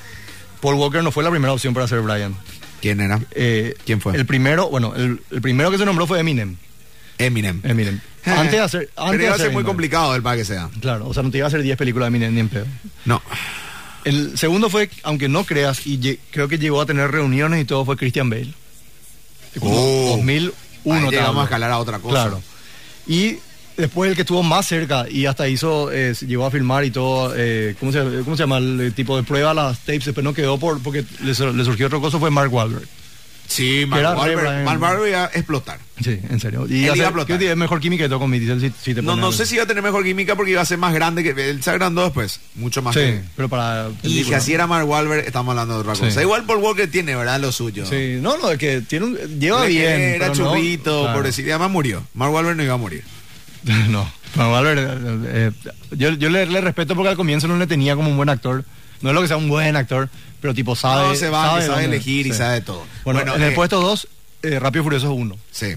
Speaker 2: Paul Walker no fue la primera opción para ser Brian.
Speaker 3: ¿Quién era?
Speaker 2: Eh,
Speaker 3: ¿Quién fue?
Speaker 2: El primero, bueno, el, el primero que se nombró fue Eminem.
Speaker 3: Eminem. Eh,
Speaker 2: Eminem. Antes de hacer... Antes
Speaker 3: Pero
Speaker 2: de
Speaker 3: iba a
Speaker 2: hacer
Speaker 3: ser muy
Speaker 2: Eminem.
Speaker 3: complicado el para que sea.
Speaker 2: Claro, o sea, no te iba a hacer 10 películas de Eminem ni en pedo.
Speaker 3: No.
Speaker 2: El segundo fue, aunque no creas, y lle- creo que llegó a tener reuniones y todo, fue Christian Bale. Como
Speaker 3: Oh.
Speaker 2: 2001.
Speaker 3: Ahí
Speaker 2: te
Speaker 3: llegamos
Speaker 2: hablo.
Speaker 3: a escalar a otra cosa.
Speaker 2: Claro. Y después el que estuvo más cerca y hasta hizo, eh, llegó a filmar y todo, eh, ¿cómo, se, cómo se llama? El eh, tipo de prueba, las tapes, después no quedó por, porque le, sur- le surgió otro cosa, fue Mark Wahlberg.
Speaker 3: Sí, Mark
Speaker 2: era re
Speaker 3: Wahlberg.
Speaker 2: Brian.
Speaker 3: Mark Wahlberg iba a explotar.
Speaker 2: Sí, en serio.
Speaker 3: Él
Speaker 2: Y
Speaker 3: iba a
Speaker 2: hace-
Speaker 3: explotar.
Speaker 2: ¿qué es mejor química que todo con Vin Diesel, si, si te
Speaker 3: No,
Speaker 2: pones
Speaker 3: no
Speaker 2: a-
Speaker 3: sé si iba a tener mejor química porque iba a ser más grande que él se agrandó después. Mucho más.
Speaker 2: Sí,
Speaker 3: que-
Speaker 2: pero para...
Speaker 3: Y si
Speaker 2: película.
Speaker 3: así era Mark Wahlberg, estamos hablando de otra
Speaker 2: Sí.
Speaker 3: cosa. Igual Paul Walker tiene, ¿verdad? Lo suyo.
Speaker 2: Sí, no, no, es que tiene un, lleva
Speaker 3: Era que
Speaker 2: bien.
Speaker 3: Era
Speaker 2: pero no-
Speaker 3: churrito,
Speaker 2: claro.
Speaker 3: pobrecito. Y además murió. Mark Wahlberg no iba a morir.
Speaker 2: No, Mark Wahlberg, eh, eh, yo, yo le, le respeto porque al comienzo no le tenía como un buen actor. No es lo que sea un buen actor, pero tipo sabe.
Speaker 3: no, se va, que sabe,
Speaker 2: dónde-
Speaker 3: elegir y
Speaker 2: sí.
Speaker 3: sabe todo.
Speaker 2: Bueno, en el
Speaker 3: eh,
Speaker 2: puesto 2, Rápido y Furioso 1.
Speaker 3: Sí.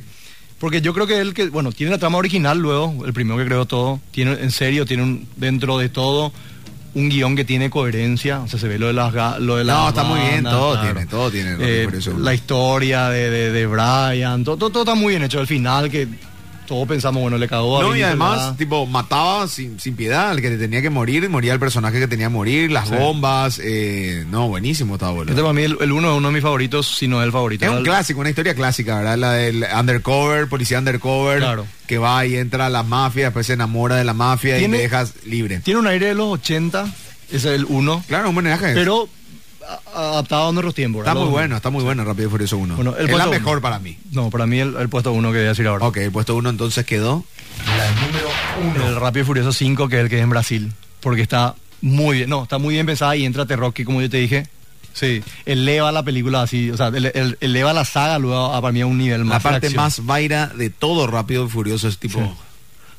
Speaker 2: Porque yo creo que él que, bueno, tiene la trama original luego, el primero que creó todo, tiene en serio, tiene un, dentro de todo un guión que tiene coherencia, o sea, se ve lo de las ga- lo de las
Speaker 3: No, está muy bien,
Speaker 2: bandas,
Speaker 3: todo
Speaker 2: claro.
Speaker 3: tiene, todo tiene. Rápido y
Speaker 2: Eh,
Speaker 3: Furioso.
Speaker 2: la historia de, de, de Brian, todo, todo, todo está muy bien hecho, el final que todos pensamos, bueno, le cagó a
Speaker 3: No,
Speaker 2: Vin
Speaker 3: y
Speaker 2: Diesel,
Speaker 3: además,
Speaker 2: ¿verdad?
Speaker 3: tipo, mataba sin, sin piedad al que tenía que morir, moría el personaje que tenía que morir, las
Speaker 2: Sí.
Speaker 3: bombas, eh, no, buenísimo estaba, boludo.
Speaker 2: Este para mí el, el uno es uno de mis favoritos, si no es el favorito.
Speaker 3: Es un
Speaker 2: El-
Speaker 3: clásico, una historia clásica, ¿verdad? La del undercover, policía undercover,
Speaker 2: Claro.
Speaker 3: que va y entra a la mafia, después se enamora de la mafia y
Speaker 2: Tiene-
Speaker 3: le dejas libre.
Speaker 2: Tiene un aire de los 80, ese es el 1,
Speaker 3: Claro, un homenaje.
Speaker 2: pero a- adaptado a nuestros tiempos.
Speaker 3: está
Speaker 2: ¿verdad?
Speaker 3: muy
Speaker 2: Los-
Speaker 3: bueno, está muy bueno Rápido y Furioso 1.
Speaker 2: Bueno, el
Speaker 3: es la
Speaker 2: puesto uno.
Speaker 3: mejor para mí.
Speaker 2: No, para mí el, el puesto 1 que voy a decir ahora.
Speaker 3: Ok, el puesto 1 entonces quedó.
Speaker 4: La número 1.
Speaker 2: El Rápido y Furioso 5, que es el que es en Brasil. Porque está muy bien, no, está muy bien pensada y entra Terrock, que como yo te dije, sí, eleva la película así, o sea, ele- ele- eleva la saga luego a, para mí a un nivel más.
Speaker 3: la parte
Speaker 2: de acción.
Speaker 3: más vaira de todo Rápido y Furioso es tipo,
Speaker 2: Sí.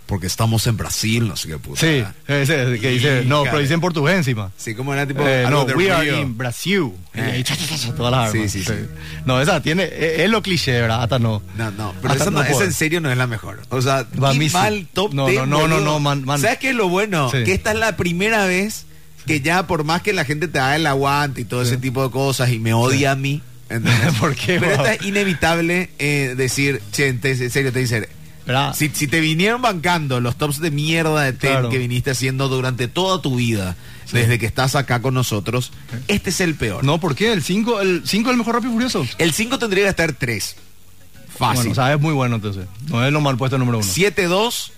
Speaker 3: porque estamos en Brasil, no sé qué puta.
Speaker 2: Sí, ese que dice, no, pero
Speaker 3: Híjale.
Speaker 2: dice en portugués encima.
Speaker 3: Sí, como era tipo.
Speaker 2: Eh,
Speaker 3: algo
Speaker 2: no,
Speaker 3: de
Speaker 2: we are
Speaker 3: Río.
Speaker 2: in Brasil. Y ahí,
Speaker 3: Eh.
Speaker 2: cha, cha, cha, cha, todas las armas.
Speaker 3: Sí, sí, sí.
Speaker 2: No, esa tiene, e, es, es lo cliché, ¿verdad? Hasta no.
Speaker 3: No, no, pero
Speaker 2: Hasta
Speaker 3: esa, no-
Speaker 2: no
Speaker 3: esa
Speaker 2: puedo.
Speaker 3: en serio no es la mejor. O sea,
Speaker 2: Va,
Speaker 3: qué
Speaker 2: a mí sí.
Speaker 3: mal top
Speaker 2: No,
Speaker 3: 10,
Speaker 2: no, no,
Speaker 3: boludo.
Speaker 2: no, no, man, man.
Speaker 3: ¿Sabes qué es lo bueno?
Speaker 2: Sí.
Speaker 3: Que esta es la primera vez que ya por más que la gente te haga el aguante y todo ese tipo de cosas y me odia a mí. ¿entendés?
Speaker 2: ¿Por qué,
Speaker 3: Pero
Speaker 2: bro?
Speaker 3: esta es inevitable eh, decir, che, en te- en serio, te dicen,
Speaker 2: ¿Verdad?
Speaker 3: si, si te vinieron bancando los tops de mierda de TEN
Speaker 2: Ah. Claro.
Speaker 3: que viniste haciendo durante toda tu vida, desde que estás acá con nosotros, este es el peor.
Speaker 2: No, ¿por qué? El 5 el cinco es el mejor Rápido y Furioso.
Speaker 3: El 5 tendría que estar 3.
Speaker 2: Bueno,
Speaker 3: Fácil.
Speaker 2: o sea, es muy bueno entonces. No es lo mal puesto número uno.
Speaker 3: 7-2,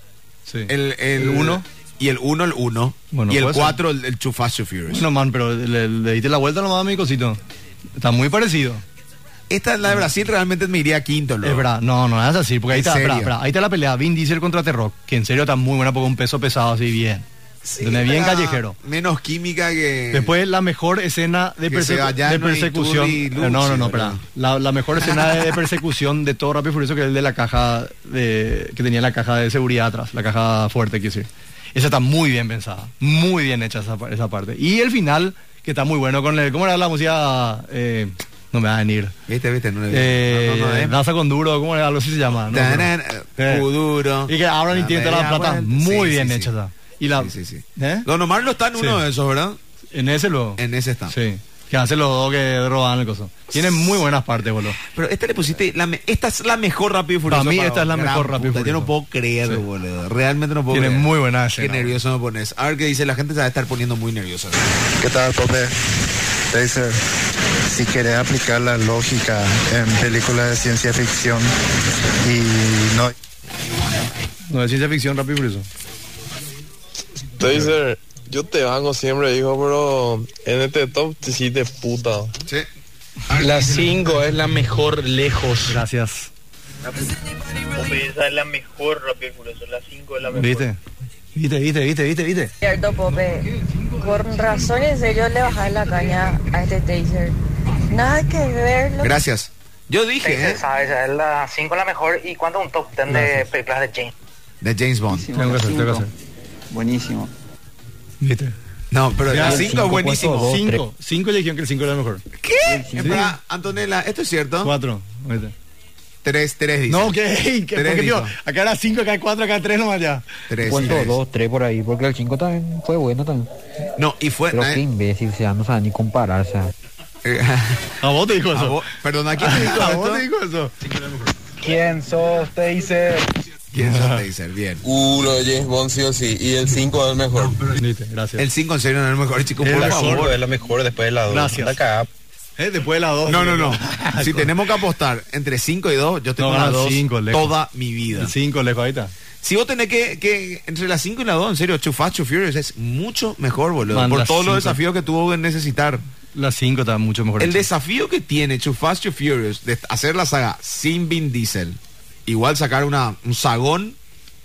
Speaker 2: Sí.
Speaker 3: el, el
Speaker 2: El uno.
Speaker 3: Y el 1, el 1.
Speaker 2: Bueno,
Speaker 3: y el
Speaker 2: puede ser.
Speaker 3: 4, el, el Too Fast, Too Furious.
Speaker 2: Bueno, man, pero le, le diste la vuelta nomás a mi cosito. Está muy parecido.
Speaker 3: Esta es la de Brasil, realmente me iría quinto.
Speaker 2: Es verdad, no, no es así, porque ahí
Speaker 3: ¿En
Speaker 2: está,
Speaker 3: serio?
Speaker 2: espera, espera, ahí está la pelea Vin Diesel contra The Rock, que en serio está muy buena porque un peso pesado así bien. Donde bien
Speaker 3: Era
Speaker 2: callejero.
Speaker 3: Menos química que.
Speaker 2: Después la mejor escena de,
Speaker 3: Que se
Speaker 2: persecu-
Speaker 3: vaya,
Speaker 2: de
Speaker 3: no hay
Speaker 2: persecución. Eh,
Speaker 3: Iturri,
Speaker 2: no, no, no,
Speaker 3: Lucio,
Speaker 2: espera.
Speaker 3: ¿verdad?
Speaker 2: La, la mejor escena de, de persecución de todo Rápido y Furioso que es el de la caja de, que tenía la caja de seguridad atrás, la caja fuerte, quiero decir. Esa está muy bien pensada, muy bien hecha esa, pa- esa parte. Y el final, que está muy bueno con el. ¿Cómo era la música? Eh, no me va a venir.
Speaker 3: Viste, viste, no le
Speaker 2: Eh,
Speaker 3: no, no, no, eh.
Speaker 2: Danza con duro, ¿cómo era? Algo así se llama. No,
Speaker 3: Tarán,
Speaker 2: pero-
Speaker 3: eh, Kuduro.
Speaker 2: Y que ahora ni
Speaker 3: La
Speaker 2: tiene toda la
Speaker 3: media
Speaker 2: plata.
Speaker 3: vuelta.
Speaker 2: Muy
Speaker 3: Sí,
Speaker 2: bien
Speaker 3: sí,
Speaker 2: hecha
Speaker 3: sí.
Speaker 2: esa. Y la, ¿Eh?
Speaker 3: Don Omar no está en uno
Speaker 2: Sí.
Speaker 3: de esos, ¿verdad?
Speaker 2: En ese luego.
Speaker 3: En ese está.
Speaker 2: Sí. Que hacen los dos que roban el coso. Tienen muy buenas partes, boludo.
Speaker 3: Pero esta le pusiste. La me- esta es la mejor Rápido y
Speaker 2: Para
Speaker 3: Furioso.
Speaker 2: mí esta
Speaker 3: vos.
Speaker 2: es la
Speaker 3: Gran
Speaker 2: mejor Rápido y
Speaker 3: puta, Yo
Speaker 2: Furioso.
Speaker 3: no puedo creer,
Speaker 2: Sí.
Speaker 3: boludo. Realmente no puedo
Speaker 2: Tiene
Speaker 3: creer.
Speaker 2: muy buena
Speaker 3: Qué
Speaker 2: escena,
Speaker 3: nervioso me pones. A ver qué dice. La gente se va a estar poniendo muy nerviosa.
Speaker 14: ¿Qué tal, Pope? Taser, si querés aplicar la lógica en películas de ciencia ficción y no...
Speaker 2: No, de ciencia ficción, rápido y furioso.
Speaker 15: Taser, yo te banco siempre, hijo, pero en este top te hiciste puta.
Speaker 3: Sí.
Speaker 16: La 5 es la mejor lejos.
Speaker 2: Gracias.
Speaker 6: Pope, esa es la mejor Rápido y Furioso, la 5 es la mejor.
Speaker 2: ¿Viste? ¿Viste, viste, viste, viste, viste?
Speaker 9: Cierto, Pope. Por razones de yo le bajé la caña a este taser. Nada que ver. lo-
Speaker 3: Gracias. Yo dije, ¿eh?
Speaker 12: ¿sabes? Es la 5 la mejor y cuánto un top 10 de
Speaker 3: Gracias.
Speaker 12: películas de James.
Speaker 3: De James Bond.
Speaker 8: Buenísimo, Tengo que hacer, tengo que hacer. Buenísimo.
Speaker 2: ¿Viste?
Speaker 3: No, pero
Speaker 2: Ya,
Speaker 3: la 5 es
Speaker 2: cinco,
Speaker 3: buenísimo.
Speaker 2: cuatro, dos, Cinco. Cinco le dijeron que el cinco era el mejor.
Speaker 3: ¿Qué?
Speaker 2: Sí.
Speaker 3: Espera, Antonella, ¿esto es cierto?
Speaker 2: Cuatro. Viste.
Speaker 3: Tres, tres dice.
Speaker 2: No, ¿qué? ¿Qué?
Speaker 3: Tres
Speaker 2: Porque, tío,
Speaker 3: dijo.
Speaker 2: acá era cinco, acá hay cuatro, acá hay tres nomás ya.
Speaker 3: Tres,
Speaker 12: ¿Cuánto?
Speaker 3: tres.
Speaker 12: Dos, tres por ahí, porque el 5 también fue bueno también.
Speaker 3: No, y fue.
Speaker 12: Pero
Speaker 3: eh,
Speaker 12: qué imbécil, o sea, no sabe ni comparar, o sea.
Speaker 2: A vos te dijo
Speaker 3: a
Speaker 2: eso.
Speaker 3: vos- Perdón, ¿a quién te dijo
Speaker 2: A
Speaker 3: esto?
Speaker 2: vos te dijo eso.
Speaker 16: ¿Quién sos, Taser?
Speaker 3: ¿Quién es
Speaker 2: Ah.
Speaker 3: Taser? Bien.
Speaker 15: Uno de James Bond sí o sí, y el 5 es el mejor.
Speaker 2: Viste, gracias.
Speaker 3: El 5 en serio no es el mejor, chico,
Speaker 15: El
Speaker 3: por
Speaker 15: la cinco
Speaker 3: favor.
Speaker 15: es la mejor después de la 2.
Speaker 2: Gracias. Eh, después de las dos.
Speaker 3: No, no, no. si tenemos que apostar entre 5 y 2, yo estoy
Speaker 2: No,
Speaker 3: con la
Speaker 2: ganan
Speaker 3: 2
Speaker 2: cinco, lejos.
Speaker 3: toda mi vida.
Speaker 2: El cinco, lejos, ahí está.
Speaker 3: Si vos tenés que, que entre las 5 y las 2, en serio, Too Fast, Too Furious es mucho mejor, boludo.
Speaker 2: Man,
Speaker 3: por
Speaker 2: las
Speaker 3: todos los
Speaker 2: cinco.
Speaker 3: desafíos que tuvo que necesitar.
Speaker 2: La cinco está mucho mejor.
Speaker 3: El
Speaker 2: hecha.
Speaker 3: desafío que tiene Too Fast, Too Furious de hacer la saga sin Vin Diesel, igual sacar una, un sagón.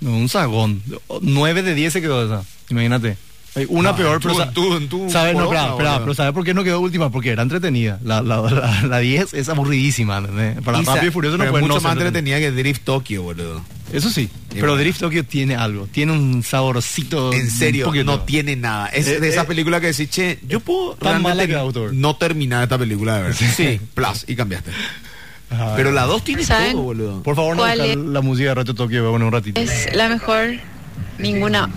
Speaker 2: No, un sagón. 9 de 10 se quedó esa. Imagínate. Hay una
Speaker 3: No,
Speaker 2: peor,
Speaker 3: Ah, en tu-
Speaker 2: pero.
Speaker 3: en tu- en tu
Speaker 2: ¿sabes? No,
Speaker 3: poronga,
Speaker 2: espera, espera,
Speaker 3: boludo.
Speaker 2: pero ¿sabes por qué no quedó última? Porque era entretenida. La, la, la, la 10 es aburridísima. ¿entendés? Para
Speaker 3: y sa-
Speaker 2: Rápido y Furioso no
Speaker 3: pero
Speaker 2: puede
Speaker 3: mucho
Speaker 2: no ser
Speaker 3: más entretenida que Drift Tokyo, boludo.
Speaker 2: entretenida. Eso sí. pero
Speaker 3: bueno.
Speaker 2: Drift Tokyo tiene algo. Tiene un saborcito.
Speaker 3: En serio,
Speaker 2: Pues un poquito.
Speaker 3: no tiene nada. Es
Speaker 2: Eh,
Speaker 3: de esas
Speaker 2: eh,
Speaker 3: películas que decís, che, yo puedo
Speaker 2: Tan mala que el
Speaker 3: realmente
Speaker 2: autor.
Speaker 3: no terminar esta película de ver. Sí, plus, y cambiaste.
Speaker 2: Ay.
Speaker 3: Pero la 2 tiene
Speaker 9: ¿Saben?
Speaker 3: todo, boludo.
Speaker 2: Por favor, no
Speaker 9: ¿Cuál
Speaker 2: buscar
Speaker 9: es?
Speaker 2: la música de Reto Tokio bueno, un ratito.
Speaker 9: Es la mejor. Ninguna.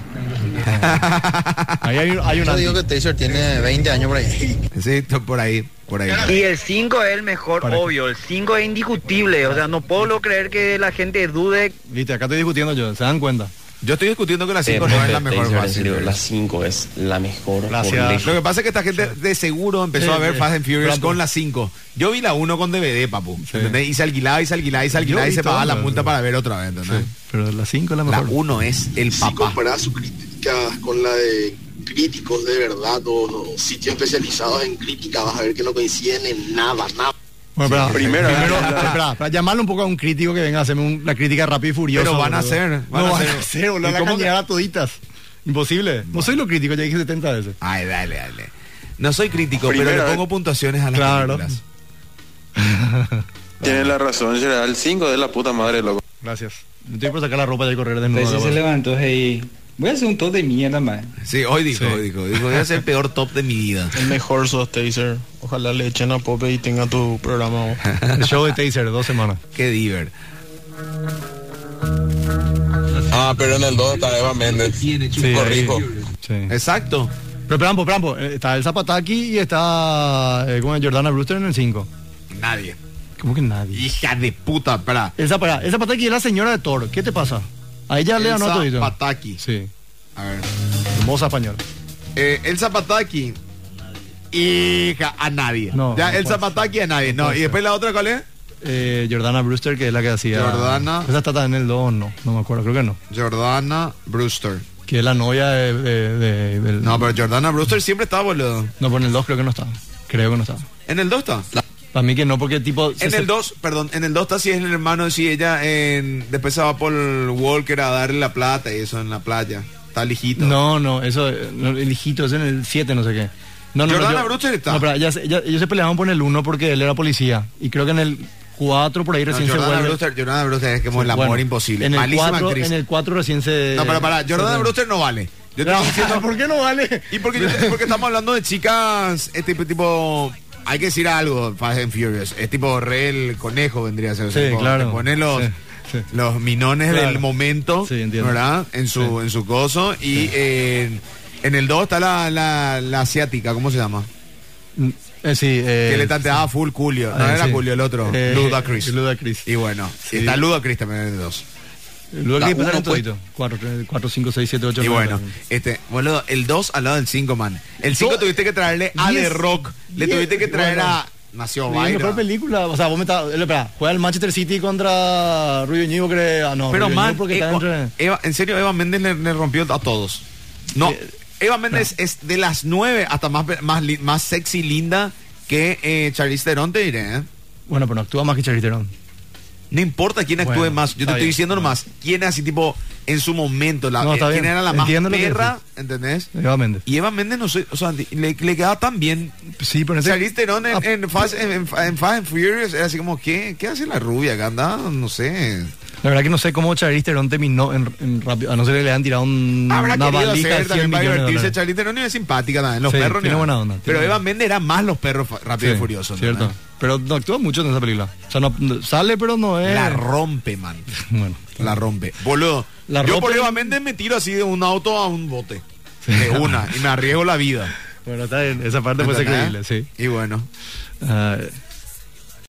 Speaker 2: Ahí hay, hay una.
Speaker 7: Yo digo que Taser tiene 20 años por ahí.
Speaker 3: Sí, t- por ahí, por ahí.
Speaker 12: Y el 5 es el mejor,
Speaker 2: Para-
Speaker 12: obvio. El 5 es indiscutible. O sea, no puedo lo creer que la gente dude.
Speaker 2: Viste, acá estoy discutiendo yo. ¿Se dan cuenta?
Speaker 3: Yo estoy discutiendo que la 5 no es la mejor fácil.
Speaker 16: La 5 es la mejor.
Speaker 2: Gracias.
Speaker 16: lejos.
Speaker 3: Lo que pasa es que esta gente de seguro empezó
Speaker 2: Sí,
Speaker 3: a ver
Speaker 2: sí.
Speaker 3: Fast and Furious
Speaker 2: Pronto.
Speaker 3: con la 5. Yo vi la 1 con DVD, papu. ¿entendés? Y se alquilaba, y se alquilaba, y se
Speaker 2: Yo
Speaker 3: alquilaba, y
Speaker 2: vi
Speaker 3: se pagaba
Speaker 2: todo,
Speaker 3: la multa
Speaker 2: boludo.
Speaker 3: para ver otra vez, ¿entendés?
Speaker 2: Pero la 5 es la
Speaker 3: La
Speaker 2: mejor.
Speaker 3: 1 es el papá.
Speaker 17: comparar sus críticas con la de críticos de verdad o, o sitios especializados en crítica, vas a ver que no coinciden en nada, nada.
Speaker 2: Bueno, espera,
Speaker 17: Primero,
Speaker 2: primero,
Speaker 17: la- la-
Speaker 2: espera, espera, llamarle un poco a un crítico que venga a hacerme un- la crítica rápida y furiosa.
Speaker 3: Pero van a
Speaker 2: boludo.
Speaker 3: hacer, van
Speaker 2: no
Speaker 3: a
Speaker 2: van
Speaker 3: hacer.
Speaker 2: a hacer, boludo,
Speaker 3: ¿Y
Speaker 2: la
Speaker 3: cómo que-
Speaker 2: cañada toditas. Imposible. No soy lo crítico, ya dije 70 veces.
Speaker 3: Ay, dale, dale. No soy crítico, pero
Speaker 15: Primera
Speaker 3: le
Speaker 15: vez.
Speaker 3: pongo puntuaciones a las
Speaker 2: Claro.
Speaker 3: películas.
Speaker 15: Tienes la razón, Gerard. El 5 es la puta madre, loco.
Speaker 2: Gracias. Me estoy por sacar la ropa y correr desnudo.
Speaker 8: Entonces se
Speaker 2: capaz.
Speaker 8: levantó y voy a hacer un top de mierda más.
Speaker 3: Sí, hoy dijo,
Speaker 2: Sí.
Speaker 3: hoy dijo. Dijo, voy a hacer el peor top de mi vida.
Speaker 16: El mejor sos, Taser. Ojalá le echen a Pope y tenga tu programa. vos.
Speaker 2: El show de Taser, dos semanas.
Speaker 3: Qué diver.
Speaker 15: Ah, pero en el 2 está Eva Méndez.
Speaker 2: Sí,
Speaker 15: Corrijo.
Speaker 2: Sí.
Speaker 3: Exacto.
Speaker 2: Pero Prampo, Prampo, eh, está el Zapataki y está eh, ¿cómo es? Jordana Brewster en el 5.
Speaker 3: Nadie.
Speaker 2: ¿Cómo que nadie?
Speaker 3: Hija de puta, para.
Speaker 2: El, Zapa- el Zapataki es la señora de Thor. ¿Qué te pasa? A ella le ganó a
Speaker 3: Elsa
Speaker 2: todito.
Speaker 3: Pataki.
Speaker 2: Sí.
Speaker 3: A ver.
Speaker 2: Hermosa española.
Speaker 3: Eh, Elsa Pataki. Hija, a nadie.
Speaker 2: No,
Speaker 3: ya,
Speaker 2: no
Speaker 3: Elza
Speaker 2: puede
Speaker 3: Pataki a nadie. No,
Speaker 2: puede
Speaker 3: y
Speaker 2: ser.
Speaker 3: después la otra, ¿cuál es?
Speaker 2: Eh, Jordana Brewster, que es la que hacía.
Speaker 3: Jordana.
Speaker 2: Esa está en el 2, no. No me acuerdo, creo que no.
Speaker 3: Jordana Brewster.
Speaker 2: Que es la novia de, de- de- del.
Speaker 3: No, pero Jordana Brewster siempre está, boludo.
Speaker 2: No, pero en el 2 creo que no está. Creo que no está.
Speaker 3: En el 2 está.
Speaker 2: Para mí que no, porque tipo... se
Speaker 3: En
Speaker 2: sep-
Speaker 3: el 2, perdón, en el 2 Tassi es el hermano de si ella en, después se va por Walker a darle la plata y eso en la playa. Está lijito.
Speaker 2: No, no, eso, eh, no, el hijito, es en el 7, no sé qué. No, no,
Speaker 3: Jordana
Speaker 2: yo-
Speaker 3: Brewster está.
Speaker 2: No, pero ya se- ya- ellos se peleaban por el 1 porque él era policía. Y creo que en el 4 por ahí
Speaker 3: No,
Speaker 2: recién se
Speaker 3: Jordana
Speaker 2: vuelve.
Speaker 3: Brewster, Jordana Brewster es como el
Speaker 2: Bueno,
Speaker 3: amor imposible.
Speaker 2: En el,
Speaker 3: Malísima
Speaker 2: 4,
Speaker 3: actriz.
Speaker 2: en el 4 recién se...
Speaker 3: No, para, para, Jordana
Speaker 2: se-
Speaker 3: Brewster no vale. Yo te estoy diciendo-
Speaker 2: ¿Por qué no vale?
Speaker 3: Y porque, yo te- porque estamos hablando de chicas, es tipo, tipo, hay que decir algo, Fast and Furious, es tipo re el conejo vendría a ser. o sea,
Speaker 2: Sí,
Speaker 3: tipo,
Speaker 2: claro.
Speaker 3: te pone los, los minones
Speaker 2: Claro.
Speaker 3: del momento, ¿verdad? En su, en su coso. Y en, en el 2 está la, la, la asiática, ¿cómo se llama?
Speaker 2: Eh, sí, eh,
Speaker 3: que le tanteaba full Julio. No,
Speaker 2: Ah,
Speaker 3: era
Speaker 2: sí.
Speaker 3: Julio el otro.
Speaker 2: Eh,
Speaker 3: Ludacris.
Speaker 2: Ludacris.
Speaker 3: Y bueno,
Speaker 2: Sí.
Speaker 3: está Ludacris también en el 2.
Speaker 2: Luego
Speaker 3: La
Speaker 2: que pasaron
Speaker 3: uno, pues.
Speaker 2: todito. 4, 4, 5, 6, 7, 8,
Speaker 3: Y
Speaker 2: 9.
Speaker 3: bueno, este, boludo, el 2 al lado del 5, man. El 5 tuviste que traerle a
Speaker 2: Diez.
Speaker 3: The Rock. Le
Speaker 2: Diez.
Speaker 3: tuviste que traer
Speaker 2: Bueno.
Speaker 3: a Nació
Speaker 2: La mejor
Speaker 3: Byron.
Speaker 2: película, o sea, vos me estás. eh, Espera, juega el Manchester City contra Rubio Ñigo, creo. Ah, no,
Speaker 3: Pero
Speaker 2: Rubio
Speaker 3: man,
Speaker 2: Ñigo porque está
Speaker 3: Eco-
Speaker 2: entre-
Speaker 3: Eva- en serio, Eva Méndez le, le rompió a todos. No,
Speaker 2: Eh,
Speaker 3: Eva Méndez es de las 9 hasta más, pe- más, li- más sexy, linda que eh, Charlize Theron, te diré. ¿eh?
Speaker 2: Bueno, pero no actúa más que Charlize Theron.
Speaker 3: No importa quién actúe
Speaker 2: Bueno,
Speaker 3: más, yo te
Speaker 2: está
Speaker 3: estoy
Speaker 2: bien,
Speaker 3: diciendo nomás, quién así tipo en su momento, la,
Speaker 2: No,
Speaker 3: eh,
Speaker 2: está
Speaker 3: quién
Speaker 2: bien.
Speaker 3: era la más
Speaker 2: Entiendo lo que
Speaker 3: perra, ¿entendés?
Speaker 2: Eva Méndez.
Speaker 3: Y Eva Méndez no sé, o sea, di- le, le quedaba tan bien.
Speaker 2: Sí, pero en este-
Speaker 3: Charlize Theron en, en Fast, en, en Fa- en Fast and Furious era así como, ¿qué, qué hace la rubia acá? Anda, no sé.
Speaker 2: La verdad que no sé cómo Charlize Theron terminó en, en rápido. A no ser que le han tirado un,
Speaker 3: Habrá
Speaker 2: Mm, una
Speaker 3: querido
Speaker 2: valija de
Speaker 3: hacer
Speaker 2: 100
Speaker 3: también
Speaker 2: millones
Speaker 3: para
Speaker 2: de
Speaker 3: divertirse.
Speaker 2: dólares.
Speaker 3: Charlize Theron y es simpática también. Los
Speaker 2: Sí,
Speaker 3: perros
Speaker 2: tiene
Speaker 3: ni nada.
Speaker 2: buena onda, tiene
Speaker 3: Pero
Speaker 2: buena
Speaker 3: Eva Méndez era más los perros fa- rápido y
Speaker 2: Sí,
Speaker 3: furioso. ¿entendés?
Speaker 2: Cierto. Pero no actúa mucho en esa película. O sea, no- no- sale, pero no es.
Speaker 3: La rompe, man.
Speaker 2: Bueno.
Speaker 3: La rompe. Boludo.
Speaker 2: La
Speaker 3: Yo
Speaker 2: rompe.
Speaker 3: por Eva Méndez me tiro así de un auto a un bote. De una. y me arriesgo la vida.
Speaker 2: Bueno, está bien. Esa parte puede ser
Speaker 3: ¿Entendés?
Speaker 2: creíble, sí.
Speaker 3: Y bueno.
Speaker 2: Ah,